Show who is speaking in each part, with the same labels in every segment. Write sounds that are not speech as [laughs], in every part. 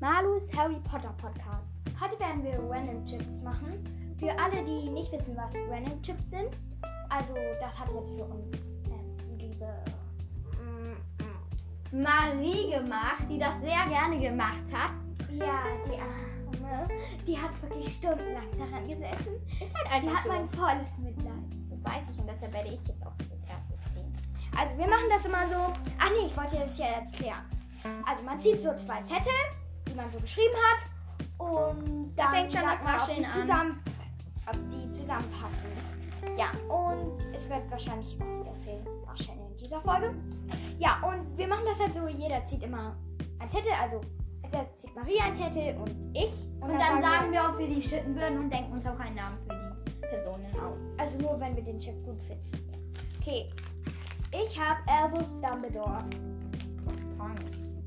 Speaker 1: Moos Harry Potter Podcast. Heute werden wir Random Chips machen. Für alle, die nicht wissen, was Random Chips sind, also das hat jetzt für uns ähm, liebe
Speaker 2: Marie gemacht, die das sehr gerne gemacht hat.
Speaker 1: ja die Arme, die hat wirklich stundenlang daran gesessen.
Speaker 2: Ist halt
Speaker 1: Sie
Speaker 2: einfach
Speaker 1: hat
Speaker 2: so.
Speaker 1: mein volles Mitleid.
Speaker 2: Das weiß ich und deshalb werde ich jetzt auch dieses Herz ziehen.
Speaker 1: Also wir machen das immer so. Ach nee, ich wollte das ja erklären. Also man zieht so zwei Zettel, die man so geschrieben hat, und dann
Speaker 2: fängt schon
Speaker 1: sagt
Speaker 2: das
Speaker 1: man, ob die
Speaker 2: Rascheln an.
Speaker 1: zusammen, ob die zusammenpassen. Ja, und es wird wahrscheinlich auch sehr viel Rascheln in dieser Folge. Ja, und wir machen das halt so, jeder zieht immer ein Zettel, also als erstes zieht Maria ein Zettel und ich.
Speaker 2: Und, dann sagen wir, ob wir die schütten würden und denken uns auch einen Namen für die Personen aus.
Speaker 1: wir, also nur wenn wir den Chip gut finden. Okay, ich habe Albus Dumbledore.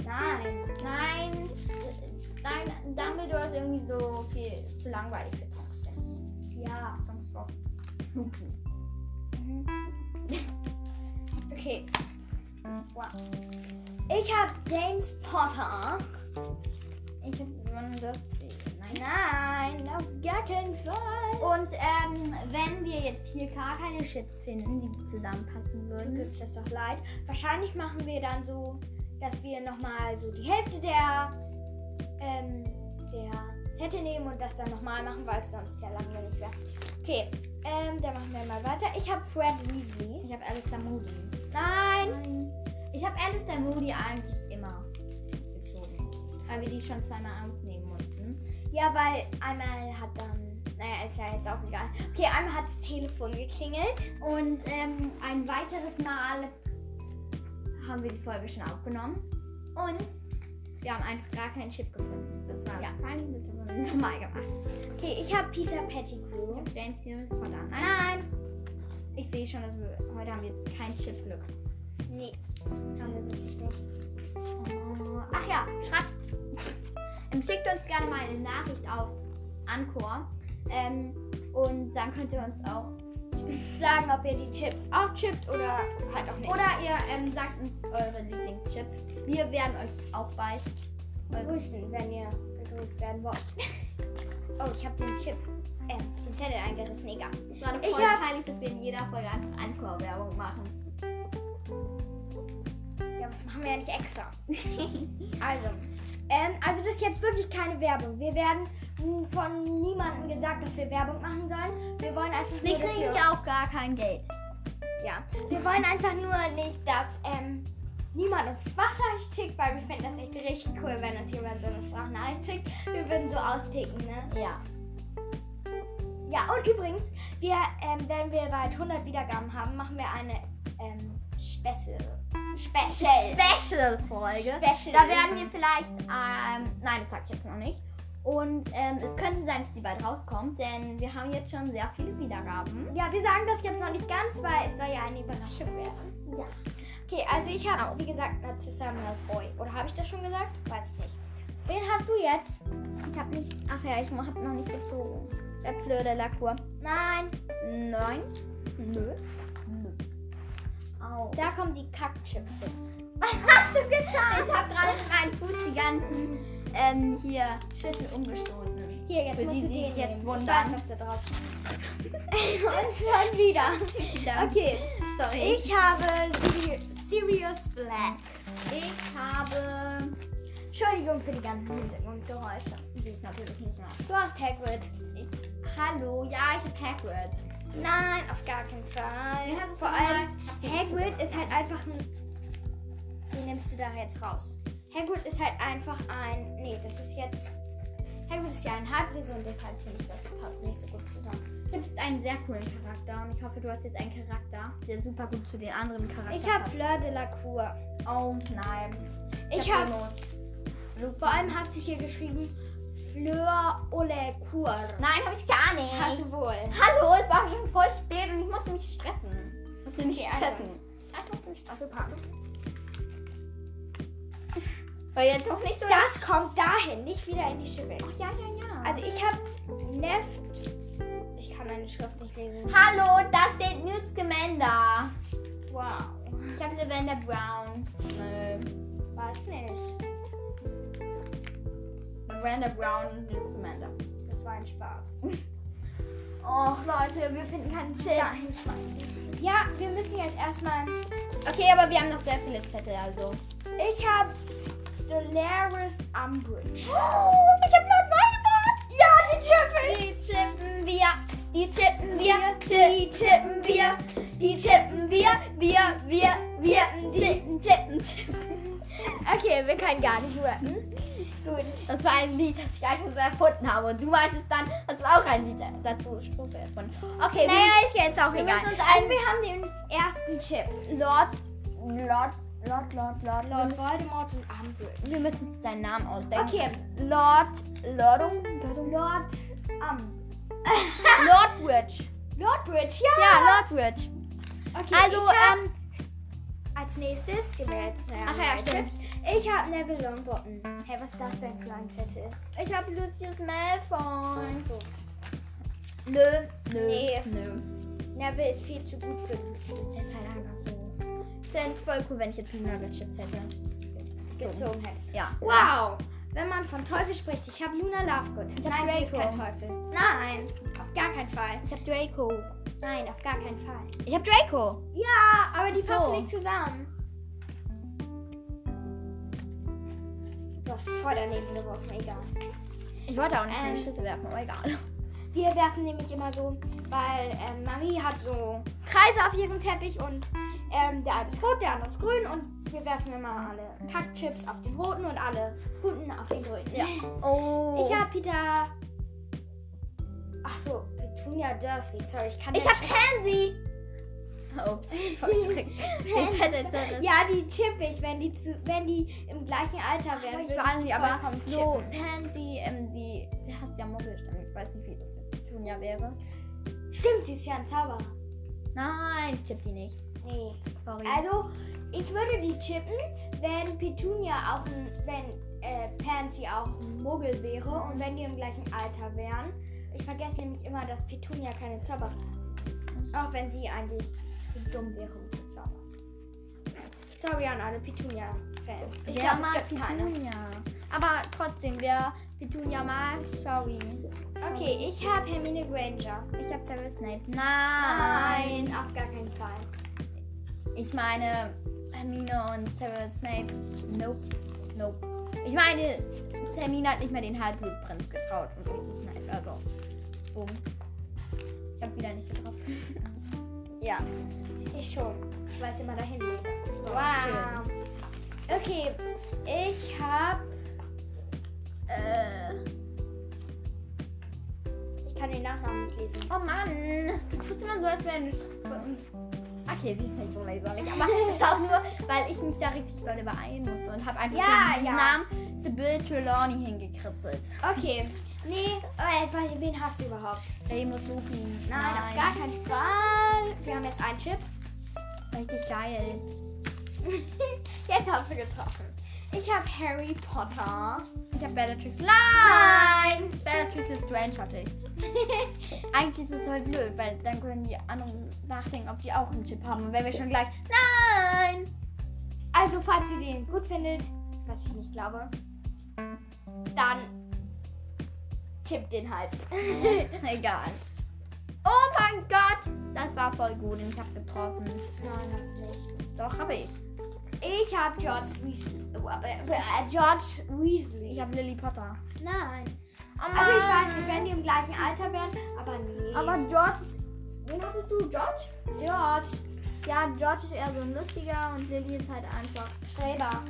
Speaker 1: Nein.
Speaker 2: Nein, äh, nein, Dumbledore ist irgendwie so viel zu langweilig für Tonks, finde ich.
Speaker 1: Ja.
Speaker 2: Tonks braucht Lupin.
Speaker 1: Okay. Wow. Ich habe James Potter.
Speaker 2: Ich hab das. Nein.
Speaker 1: Nein, auf gar keinen Fall.
Speaker 2: Und ähm, wenn wir jetzt hier gar keine Chips finden, die zusammenpassen
Speaker 1: Und
Speaker 2: würden.
Speaker 1: tut's das doch leid. Wahrscheinlich machen wir dann so, dass wir nochmal so die Hälfte der, ähm, der Zettel nehmen und das dann nochmal machen, weil es sonst ja langweilig wäre. Okay, ähm, dann machen wir mal weiter. Ich habe Fred Weasley.
Speaker 2: Ich habe Alistair Moody.
Speaker 1: Nein.
Speaker 2: Nein. Ich habe Alistair Moody eigentlich immer gezogen. Weil wir die schon zweimal aufnehmen mussten.
Speaker 1: Ja, weil einmal hat dann, naja, ist ja jetzt auch egal. Okay, einmal hat das Telefon geklingelt.
Speaker 2: Und ähm, ein weiteres Mal haben wir die Folge schon aufgenommen. Und wir haben einfach gar keinen Chip gefunden. Das war
Speaker 1: Ja.
Speaker 2: peinlich, das haben wir nochmal gemacht.
Speaker 1: Okay, ich habe Peter Pettigrew.
Speaker 2: James Hughes von an. Nein,
Speaker 1: Nein.
Speaker 2: ich sehe schon, dass wir heute haben wir kein Chip-Glück.
Speaker 1: Nee. Also wirklich nicht.
Speaker 2: Oh, Ach ja, schreibt. Ähm, Schickt uns gerne mal eine Nachricht auf Anchor. Ähm, und dann könnt ihr uns auch.
Speaker 1: Sagen, ob ihr die Chips auch chippt oder halt auch nicht.
Speaker 2: Oder ihr ähm, sagt uns eure Lieblingschips. Wir werden euch auch bald.
Speaker 1: grüßen, wenn ihr gegrüßt werden wollt. [laughs] oh, ich habe den Chip, äh, den Zettel eingerissen, egal.
Speaker 2: Es war
Speaker 1: Ich
Speaker 2: voll
Speaker 1: hab-
Speaker 2: peinlich, dass wir in jeder Folge einfach Anchor-Werbung machen.
Speaker 1: Ja, aber das machen wir ja nicht extra. Also, ähm, also das ist jetzt wirklich keine Werbung. Wir werden mh, von niemandem gesagt, dass wir Werbung machen sollen. Wir wollen einfach
Speaker 2: Wir
Speaker 1: nur, dass ihr-
Speaker 2: kriegen ja auch gar kein Geld.
Speaker 1: Ja, wir wollen einfach nur nicht, dass ähm, niemand uns Sprachnachricht schickt, weil wir finden das echt richtig cool, wenn uns jemand so eine Sprachnachricht schickt. Wir würden so austicken, ne?
Speaker 2: Ja.
Speaker 1: Ja, und übrigens, wir, ähm, wenn wir bald 100 Wiedergaben haben, machen wir eine ähm, Special. Special.
Speaker 2: Special-Folge.
Speaker 1: Special.
Speaker 2: Da werden wir vielleicht, ähm, nein, das sag ich jetzt noch nicht. Und ähm, es könnte sein, dass die bald rauskommt, denn wir haben jetzt schon sehr viele Wiedergaben.
Speaker 1: Ja, wir sagen das jetzt noch nicht ganz, weil es soll ja eine Überraschung werden. Ja. Okay, also ich habe, wie gesagt, Narcissa Malfoy. Oder habe ich das schon gesagt? Weiß ich nicht. Wen hast du jetzt?
Speaker 2: Ich habe nicht, ach ja, ich habe noch nicht gezogen. Der blöde Lakur. Nein. Nein. Nö. [laughs] Nö. Au.
Speaker 1: Da kommen die Kackchips hin.
Speaker 2: Was hast du getan? Ich habe gerade mit meinem Fuß die ganzen ähm, hier Schüssel umgestoßen.
Speaker 1: Hier, jetzt
Speaker 2: Für
Speaker 1: musst
Speaker 2: die,
Speaker 1: du
Speaker 2: die
Speaker 1: den
Speaker 2: sich jetzt
Speaker 1: nehmen.
Speaker 2: wundern.
Speaker 1: Ich weiß, was da drauf ist. [laughs] Und schon wieder. Okay,
Speaker 2: Sorry.
Speaker 1: ich habe Siri- Sirius Black.
Speaker 2: ich habe.
Speaker 1: Entschuldigung für die ganzen Hintergrundgeräusche.
Speaker 2: Die ist natürlich nicht mehr.
Speaker 1: Du hast Hagrid.
Speaker 2: Ich, hallo, ja, ich habe Hagrid.
Speaker 1: Nein, auf gar keinen Fall.
Speaker 2: Wen hast du
Speaker 1: Vor
Speaker 2: nochmal?
Speaker 1: allem,
Speaker 2: Ach so.
Speaker 1: Hagrid ist halt einfach ein. Den nimmst du da jetzt raus. Hagrid ist halt einfach ein. Nee, das ist jetzt. Hagrid ist ja ein Halbriese und deshalb finde ich, das passt nicht so gut zusammen.
Speaker 2: Du bist einen sehr coolen Charakter und ich hoffe, du hast jetzt einen Charakter, der super gut zu den anderen Charakteren
Speaker 1: Ich habe
Speaker 2: passt.
Speaker 1: Fleur de la Cour.
Speaker 2: Oh nein.
Speaker 1: Ich
Speaker 2: hab
Speaker 1: habe.
Speaker 2: Remus.
Speaker 1: Vor allem hast du hier geschrieben Fleur Ole Cour.
Speaker 2: Nein, habe ich gar nicht.
Speaker 1: Hast du wohl.
Speaker 2: Hallo, es war schon voll spät und ich musste mich stressen. Ich musste mich
Speaker 1: Okay, also.
Speaker 2: stressen.
Speaker 1: Ach, das ist super.
Speaker 2: Weil jetzt auch nicht so.
Speaker 1: Das kommt dahin, nicht wieder in die Schippe.
Speaker 2: Ach ja, ja, ja.
Speaker 1: Also ich habe Neft. Ich kann meine Schrift nicht lesen.
Speaker 2: Hallo, da steht Newt Scamander.
Speaker 1: Wow.
Speaker 2: Ich habe Lavender Äh, Brown. Nö.
Speaker 1: Weiß nicht.
Speaker 2: Dann Miranda Brown ist Amanda.
Speaker 1: Das war ein Spaß.
Speaker 2: Och Leute, wir finden keinen Chips.
Speaker 1: Nein, ich weiß. Ja, wir müssen jetzt erstmal.
Speaker 2: Okay, aber wir haben noch sehr viele Zettel, also.
Speaker 1: Ich habe Dolores Umbridge.
Speaker 2: Oh, Ich habe noch meine Bart. Ja, die chippen. Die chippen wir. Die chippen wir. Die chippen wir. Die chippen wir. Wir, wir, wir. Chippen, chippen, chippen.
Speaker 1: Okay, wir können gar nicht rappen.
Speaker 2: Gut. Das war ein Lied, das ich einfach so erfunden habe. Und du meintest dann, hast du auch ein Lied dazu Strophe erfunden. Okay,
Speaker 1: Naja, ist jetzt auch
Speaker 2: wir
Speaker 1: egal.
Speaker 2: müssen uns
Speaker 1: Also
Speaker 2: einen-
Speaker 1: wir haben den ersten Chip.
Speaker 2: wir Lord, Lord, Lord, Lord, Lord,
Speaker 1: Lord
Speaker 2: Lord.
Speaker 1: Voldemort und Umbridge.
Speaker 2: Wir müssen uns deinen Namen ausdenken.
Speaker 1: Mhm. Okay.
Speaker 2: Lord, Lordung, Lordung,
Speaker 1: Lord Umbridge.
Speaker 2: Lordwitch.
Speaker 1: Lordbridge, ja.
Speaker 2: Ja, Lordwitch.
Speaker 1: Okay,
Speaker 2: Also,
Speaker 1: ich hab
Speaker 2: ähm,
Speaker 1: als nächstes gehen wir jetzt nach
Speaker 2: Ach ja,
Speaker 1: Chips. Ich habe Neville Longbottom. Hey, was ist das denn für ein Zettel?
Speaker 2: ich habe Lucius Malfoy.
Speaker 1: So.
Speaker 2: Nö, nö,
Speaker 1: Nee.
Speaker 2: nö.
Speaker 1: Neville ist viel zu gut für Lucius.
Speaker 2: Ist halt einfach so. Ist ja nicht voll cool, wenn ich jetzt einen Nugget-Chips hätte.
Speaker 1: Gezogen hätte.
Speaker 2: Ja.
Speaker 1: Wow! Wenn man von Teufel spricht, ich habe Luna Lovegood.
Speaker 2: Ich hab
Speaker 1: Nein, sie ist
Speaker 2: Draco.
Speaker 1: kein Teufel. Nein, auf gar keinen Fall.
Speaker 2: Ich habe Draco.
Speaker 1: Nein, auf gar keinen Fall.
Speaker 2: Ich habe Draco.
Speaker 1: Ja, aber die passen
Speaker 2: So.
Speaker 1: nicht zusammen. Du hast voll daneben geworfen, egal.
Speaker 2: Ich wollte auch nicht
Speaker 1: Ähm.
Speaker 2: meine Schüsse werfen, aber egal.
Speaker 1: Wir werfen nämlich immer so, weil ähm, Marie hat so Kreise auf ihrem Teppich und ähm, der eine ist rot, der andere ist grün und wir werfen immer alle Kackchips auf den roten und alle guten auf den grünen.
Speaker 2: [laughs] Ja. Oh.
Speaker 1: Ich habe Peter. Ach so, Petunia Dursley, sorry, ich kann
Speaker 2: Ich
Speaker 1: nicht-
Speaker 2: habe Pansy.
Speaker 1: [laughs]
Speaker 2: Ups, verschreckt. Jetzt hätte jetzt hätte-
Speaker 1: Ja, die chippe ich, wenn die, zu, wenn die im gleichen Alter wären.
Speaker 2: Ich
Speaker 1: würden
Speaker 2: weiß
Speaker 1: die
Speaker 2: nicht, aber
Speaker 1: vollkommen
Speaker 2: so
Speaker 1: chippen.
Speaker 2: Pansy, ähm, die, die hat ja Muggelstamm. Ich weiß nicht, wie das mit Petunia wäre.
Speaker 1: Stimmt, sie ist ja ein Zauberer.
Speaker 2: Nein, ich chipp die nicht.
Speaker 1: Nee.
Speaker 2: Sorry.
Speaker 1: Also, ich würde die chippen, wenn Petunia auch ein, wenn äh, Pansy auch ein Muggel wäre und wenn die im gleichen Alter wären. Ich vergesse nämlich immer, dass Petunia keine Zauberin ist. Auch wenn sie eigentlich zu dumm wäre, um zu zaubern. Sorry an alle Petunia-Fans. Ich
Speaker 2: wer
Speaker 1: glaube, es
Speaker 2: mag
Speaker 1: gibt keine.
Speaker 2: Petunia? Aber trotzdem, wer Petunia mag, sorry.
Speaker 1: Okay, ich habe Hermine Granger.
Speaker 2: Ich hab Severus Snape.
Speaker 1: Nein,
Speaker 2: Nein.
Speaker 1: auf gar keinen Fall.
Speaker 2: Ich meine, Hermine und Severus Snape. Nope. Nope. Ich meine, Hermine hat nicht mal den Halbblutprinz getraut. Und ich bin Snape. Also, boom. Ich hab wieder nicht getroffen. [laughs]
Speaker 1: Ja, ich schon. Ich weiß immer dahin. wo ich-
Speaker 2: Oh,
Speaker 1: Wow. Okay, ich hab. Äh, ich kann den Nachnamen nicht lesen.
Speaker 2: Oh Mann. Du tust immer so, als wären du. Okay, sie ist nicht so laserlich. Aber es war auch nur, weil ich mich da richtig doll beeilen musste und hab einfach
Speaker 1: Ja,
Speaker 2: den
Speaker 1: ja.
Speaker 2: Namen Sibyl Trelawney hingekritzelt.
Speaker 1: Okay. Nee, äh, weil- wen hast du überhaupt?
Speaker 2: Ey, muss suchen.
Speaker 1: Nein, auf gar keinen Fall. Wir haben jetzt einen Chip. [laughs]
Speaker 2: Richtig geil.
Speaker 1: jetzt hast du getroffen. Ich hab Harry Potter. [laughs]
Speaker 2: Ich habe Bellatrix. Nein! Bellatrix ist Strange hatte ich. Eigentlich ist es voll blöd, weil dann können die anderen nachdenken, ob die auch einen Chip haben. Und wenn wir schon gleich. Nein! [laughs]
Speaker 1: Also, falls ihr den gut findet, was ich nicht glaube, dann tippt den halt. [laughs]
Speaker 2: Egal. Oh mein Gott! Das war voll gut und ich habe getroffen.
Speaker 1: Nein, hast du nicht.
Speaker 2: Doch, habe ich.
Speaker 1: Ich habe George Weasley. Äh, äh, George Weasley.
Speaker 2: Ich habe Lily Potter.
Speaker 1: Nein.
Speaker 2: Oh
Speaker 1: Also ich
Speaker 2: Mann.
Speaker 1: weiß nicht, wenn die im gleichen Alter wären, aber nee.
Speaker 2: Aber George ist. Wen hattest du? George?
Speaker 1: George
Speaker 2: Ja, George ist eher so ein lustiger und Lily ist halt einfach.
Speaker 1: Streber. [laughs]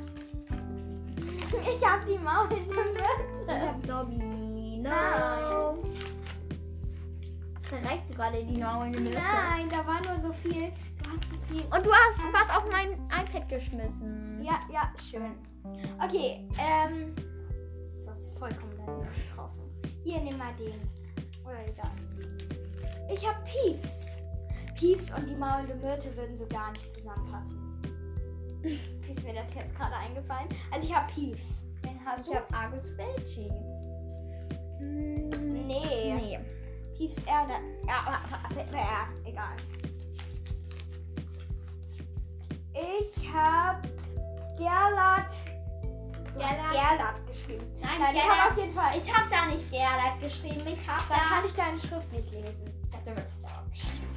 Speaker 1: Ich habe die Maul in der
Speaker 2: Ich
Speaker 1: Mütze.
Speaker 2: hab Dobby. No.
Speaker 1: Nein.
Speaker 2: Verreckst du gerade die Normen in die Mütze?
Speaker 1: Nein, da war nur so viel. Du hast so viel.
Speaker 2: Und du hast was auf mein iPad geschmissen.
Speaker 1: Ja, ja.
Speaker 2: Schön.
Speaker 1: Okay, ähm. Du hast vollkommen daneben getroffen. Hier, nimm mal den. Oder egal. Ich habe Pieps. Pieps und die maulende Myrte würden so gar nicht [laughs] zusammenpassen. Wie ist mir das jetzt gerade eingefallen? Also ich habe Pieps. Den hast
Speaker 2: Ich
Speaker 1: du?
Speaker 2: hab Argus Felci. Hm,
Speaker 1: Nee. Pieps Erde. Ja, aber, aber, aber ja, egal. Ich habe Gerlach hast
Speaker 2: Gerlach?
Speaker 1: Gerlach geschrieben.
Speaker 2: Nein,
Speaker 1: Nein, ich
Speaker 2: Gerlach.
Speaker 1: habe auf jeden Fall. Ich,
Speaker 2: Ich habe da nicht Gerlach geschrieben. Ich habe
Speaker 1: da kann
Speaker 2: da.
Speaker 1: ich deine Schrift nicht lesen.
Speaker 2: Ich hab da wirklich Gerlach geschrieben.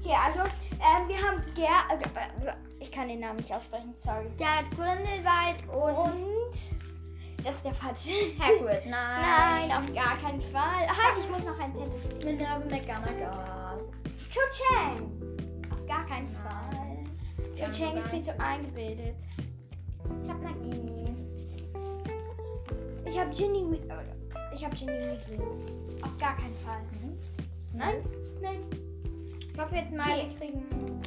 Speaker 1: Okay, also ähm, wir haben Ger. äh, Ich kann den Namen nicht aussprechen, sorry.
Speaker 2: Gerlach Grindelwald
Speaker 1: Und,
Speaker 2: und
Speaker 1: das ist der falsche. [laughs]
Speaker 2: [laughs] Hagrid. Nein.
Speaker 1: Nein, auf gar keinen Fall. Halt, ich muss noch ein Zettel ziehen.
Speaker 2: Minerva McGonagall.
Speaker 1: Cho Chang. Auf gar keinen Fall. Cho Chang ist viel zu eingebildet.
Speaker 2: Ich habe Nagini.
Speaker 1: Ich habe Ginny. We- äh, Ich habe Ginny Weasley. Auf gar keinen Fall.
Speaker 2: Nein?
Speaker 1: Nein.
Speaker 2: Ich hoffe jetzt mal,
Speaker 1: Okay.
Speaker 2: wir kriegen.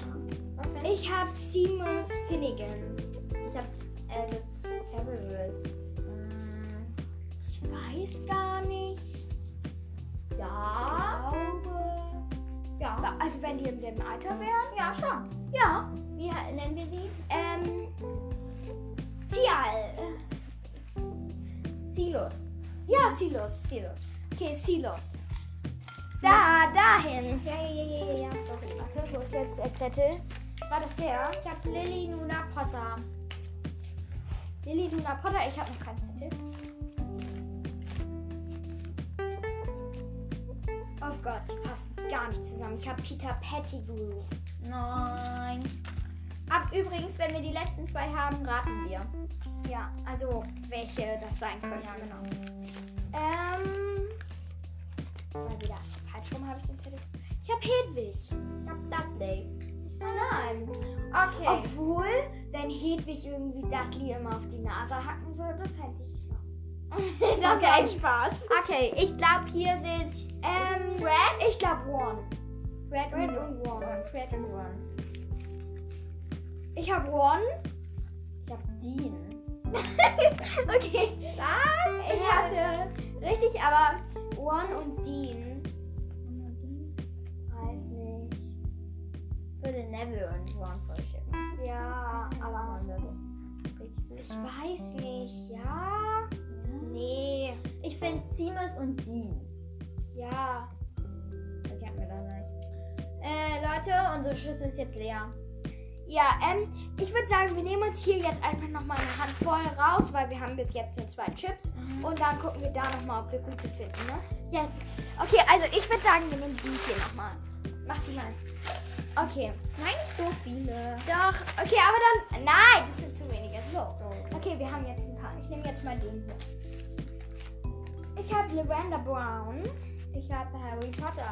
Speaker 2: Okay.
Speaker 1: Ich habe Seamus Finnegan.
Speaker 2: Ich äh, habe Albus Severus. Mm,
Speaker 1: Ich weiß gar nicht.
Speaker 2: Ja.
Speaker 1: Glaube.
Speaker 2: Ja.
Speaker 1: Ja, Also wenn die im selben Alter wären.
Speaker 2: Ja, schon.
Speaker 1: Ja.
Speaker 2: Wie he- nennen wir sie? Äh,
Speaker 1: Ähm. Sial.
Speaker 2: Silos.
Speaker 1: Ja, Silos.
Speaker 2: Silos.
Speaker 1: Okay, Silos. Da, dahin.
Speaker 2: Ja, ja, ja, ja, ja. Sorry.
Speaker 1: Warte, wo ist jetzt der Zettel? War das der?
Speaker 2: Ich habe Lily Nuna Potter.
Speaker 1: Lilly Luna Potter, ich habe noch keinen Zettel. Oh Gott, die passen gar nicht zusammen. Ich habe Peter Pettigrew.
Speaker 2: Nein. Ab übrigens, wenn wir die letzten zwei haben, raten wir.
Speaker 1: Ja, also welche das sein können.
Speaker 2: Ja, genau.
Speaker 1: Ähm. Mal wieder falsch rum habe ich den Zettel. Ich habe Hedwig.
Speaker 2: Ich habe Dudley.
Speaker 1: Nein.
Speaker 2: Okay.
Speaker 1: Obwohl, wenn Hedwig irgendwie Dudley immer auf die Nase hacken würde, fände ich schon. [laughs] das
Speaker 2: Okay.
Speaker 1: war ein Spaß.
Speaker 2: Okay, ich glaube, hier sind
Speaker 1: Ähm,
Speaker 2: Fred? Hm.
Speaker 1: Ich glaube One.
Speaker 2: Fred,
Speaker 1: Fred
Speaker 2: und
Speaker 1: und Ron.
Speaker 2: Ron. Fred und Ron.
Speaker 1: Ich habe One.
Speaker 2: Ich habe Dean.
Speaker 1: [laughs] okay.
Speaker 2: Was?
Speaker 1: Ich hatte richtig, aber One und Dean. Weiß nicht.
Speaker 2: Würde Neville und Ron vorschicken.
Speaker 1: Ja, aber. Ich weiß nicht, ja? Nee.
Speaker 2: Ich finde Seamus und Dean.
Speaker 1: Ja.
Speaker 2: Ich hab mir da nicht. Äh, Leute, unsere Schüssel ist jetzt leer.
Speaker 1: Ja, ähm, ich würde sagen, wir nehmen uns hier jetzt einfach nochmal eine Handvoll raus, weil wir haben bis jetzt nur zwei Chips. Und dann gucken wir da nochmal, ob wir gute finden, ne?
Speaker 2: Mhm. Yes.
Speaker 1: Okay, also ich würde sagen, wir nehmen die hier nochmal. Mach die mal. Okay.
Speaker 2: Nein, nicht so viele.
Speaker 1: Doch, okay, aber dann. Nein, das sind zu wenige. So.
Speaker 2: So.
Speaker 1: Okay, wir haben jetzt ein paar. Ich nehme jetzt mal den hier. Ich habe Lavender Brown.
Speaker 2: Ich habe Harry Potter.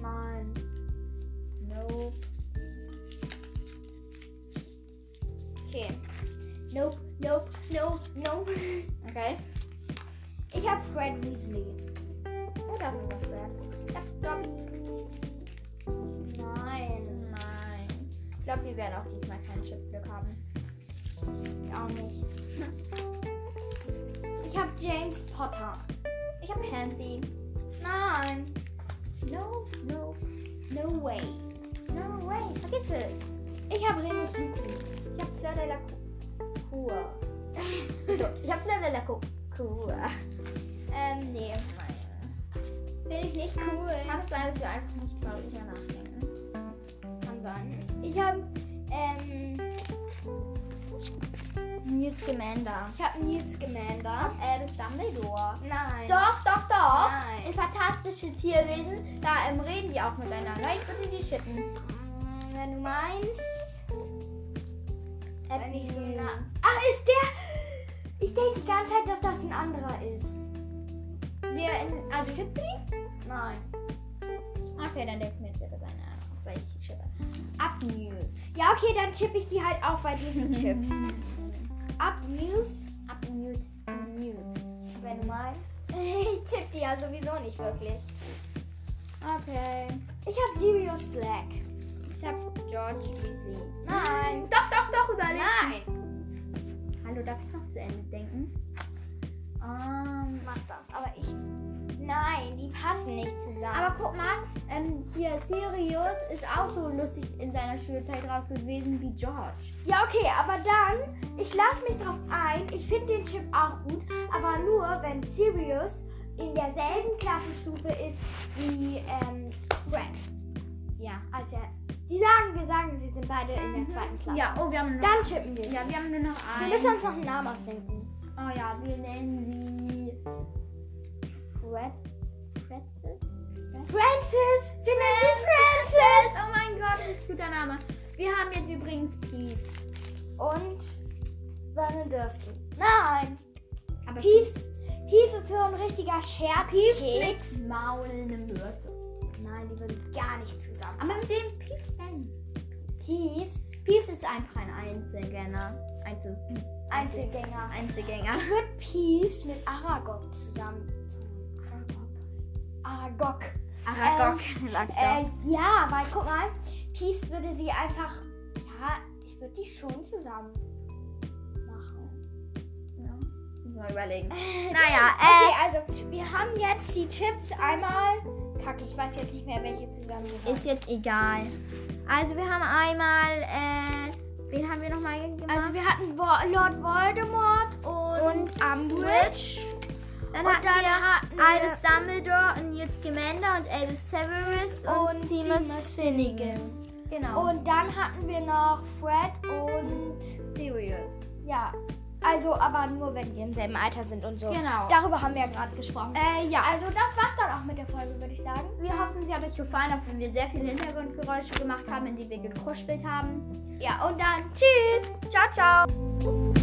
Speaker 1: Nein.
Speaker 2: Nope.
Speaker 1: Okay. Nope, nope, nope, nope.
Speaker 2: Okay.
Speaker 1: Ich habe Fred Weasley.
Speaker 2: Oh, da sind wir Fred. Ich hab Dobby.
Speaker 1: Nein,
Speaker 2: Nein. Ich glaube, wir werden auch diesmal kein Chipglück haben.
Speaker 1: ich auch nicht. Ich habe James Potter.
Speaker 2: Ich habe Pansy.
Speaker 1: Nein.
Speaker 2: No, no,
Speaker 1: No way.
Speaker 2: no way. Vergiss es.
Speaker 1: Ich habe Remus Lupin.
Speaker 2: Ich habe Fleur de la [laughs] Cour. So, ich habe Fleur de la Cour. Cool.
Speaker 1: ähm, nee. Bin ich nicht cool.
Speaker 2: Kann es sein, dass wir einfach nicht darüber nachdenken?
Speaker 1: Kann sein. Ich habe, ähm,
Speaker 2: Newt Scamander.
Speaker 1: ich habe Newt Scamander.
Speaker 2: Äh, das Dumbledore.
Speaker 1: Nein.
Speaker 2: Doch, doch, doch.
Speaker 1: Nein.
Speaker 2: In fantastische Tierwesen, da ähm, reden die auch miteinander. Ich würde die schippen.
Speaker 1: Mm, Wenn du meinst.
Speaker 2: Wenn ich so nah-
Speaker 1: Ach, ist der. Ich denke die ganze Zeit, dass das ein anderer ist.
Speaker 2: Wir in, also schippst du die?
Speaker 1: Nein.
Speaker 2: Okay, dann denken wir jetzt über seine Ahnung. Das war ich schippe. Ab Newt.
Speaker 1: Ja, okay, dann chippe ich die halt auch, weil du sie [laughs] chippst. Ab News.
Speaker 2: Ab Newt. Ab Newt.
Speaker 1: Wenn du meinst. [laughs] Ich tipp die ja sowieso nicht wirklich.
Speaker 2: Okay.
Speaker 1: Ich habe Sirius Black.
Speaker 2: Ich hab George Weasley.
Speaker 1: Nein.
Speaker 2: Doch, doch, doch, überleg.
Speaker 1: Nein.
Speaker 2: Hallo, darf ich noch zu Ende denken? Ähm,
Speaker 1: Mach das, aber ich. Nein, die passen nicht zusammen.
Speaker 2: aber guck mal, ähm, hier Sirius ist auch so lustig in seiner Schulzeit drauf gewesen wie George.
Speaker 1: Ja, okay, aber dann, ich lasse mich drauf ein. Ich finde den Chip auch gut, aber nur, wenn Sirius in derselben Klassenstufe ist wie ähm, Fred,
Speaker 2: Ja.
Speaker 1: als er Sie sagen, wir sagen, sie sind beide in der zweiten Klasse.
Speaker 2: Ja, oh, wir haben nur
Speaker 1: Dann tippen Mhm. wir. sie.
Speaker 2: Ja, wir haben nur noch
Speaker 1: Wir
Speaker 2: einen.
Speaker 1: müssen uns noch einen Namen ausdenken.
Speaker 2: oh ja, wir nennen sie Fred. Francis?
Speaker 1: Francis! Wir nennen sie Francis!
Speaker 2: Oh mein Gott, ein guter Name. Wir haben jetzt übrigens Pete.
Speaker 1: Und Vernon Dursley. Nein!
Speaker 2: Aber
Speaker 1: Peeves, Peeves ist so ein richtiger Scherz.
Speaker 2: Pete nix Maul in einem Würfel.
Speaker 1: Nein, die würden gar nicht zusammen.
Speaker 2: Aber mit wem Pete denn?
Speaker 1: Peeves,
Speaker 2: Pete ist einfach ein Einzelgänger. Einzel
Speaker 1: Einzelgänger.
Speaker 2: Einzelgänger.
Speaker 1: Ich würde Peeves mit Aragog zusammen. Aragog.
Speaker 2: Aragog, sagt er.
Speaker 1: Äh, ja, weil guck mal, Peeves würde sie einfach. Ja, ich würde die schon zusammen machen.
Speaker 2: Ja. Muss mal überlegen.
Speaker 1: Naja,
Speaker 2: [laughs] Naja,
Speaker 1: [laughs]
Speaker 2: äh,
Speaker 1: okay, also wir haben jetzt die Chips einmal. Kacke, ich weiß jetzt nicht mehr, welche zusammen
Speaker 2: Ist jetzt egal. Also wir haben einmal, äh, wen haben wir nochmal gemacht?
Speaker 1: Also wir hatten Wo Lord Voldemort und,
Speaker 2: Und
Speaker 1: Umbridge.
Speaker 2: dann
Speaker 1: und
Speaker 2: hatten
Speaker 1: dann
Speaker 2: wir
Speaker 1: hatten wir-
Speaker 2: Albus Dumbledore und Newt Scamander und Albus Severus und,
Speaker 1: Und Seamus
Speaker 2: Seamus Finnegan. Genau.
Speaker 1: Und dann hatten wir noch Fred und
Speaker 2: Sirius.
Speaker 1: ja, also aber nur wenn die im selben Alter sind und so.
Speaker 2: Genau.
Speaker 1: Darüber haben wir ja gerade gesprochen.
Speaker 2: Äh, ja.
Speaker 1: Also das war's dann auch mit der Folge, würde ich sagen.
Speaker 2: wir hoffen, sie hat euch gefallen, obwohl wir sehr viele Hintergrundgeräusche gemacht haben, indem wir gekruschelt haben.
Speaker 1: Ja, und dann tschüss. Ciao, ciao.